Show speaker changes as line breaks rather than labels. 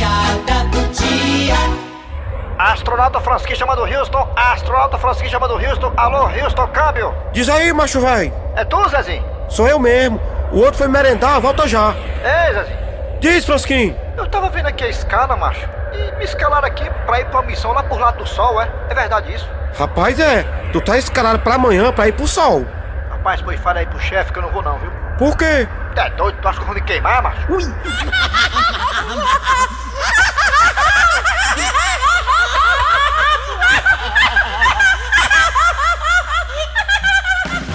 Piada do dia.
Astronauta Francisquinho chamando Houston, astronauta Francisquinho chamando Houston, alô Houston, câmbio!
Diz aí, macho velho.
É tu, Zezinho?
Sou eu mesmo. O outro foi merendar, volta já.
Ei, É, Zezinho,
Diz, Frasquinho.
eu tava vendo aqui a escala, macho, e me escalaram aqui pra ir pra uma missão lá por lado do sol, é? É verdade isso?
Rapaz, é. Tu tá escalado pra amanhã pra ir pro sol.
Rapaz, pois fala aí pro chefe que eu não vou não, viu?
Por quê?
Tu É doido, tu acha que eu vou me queimar, macho?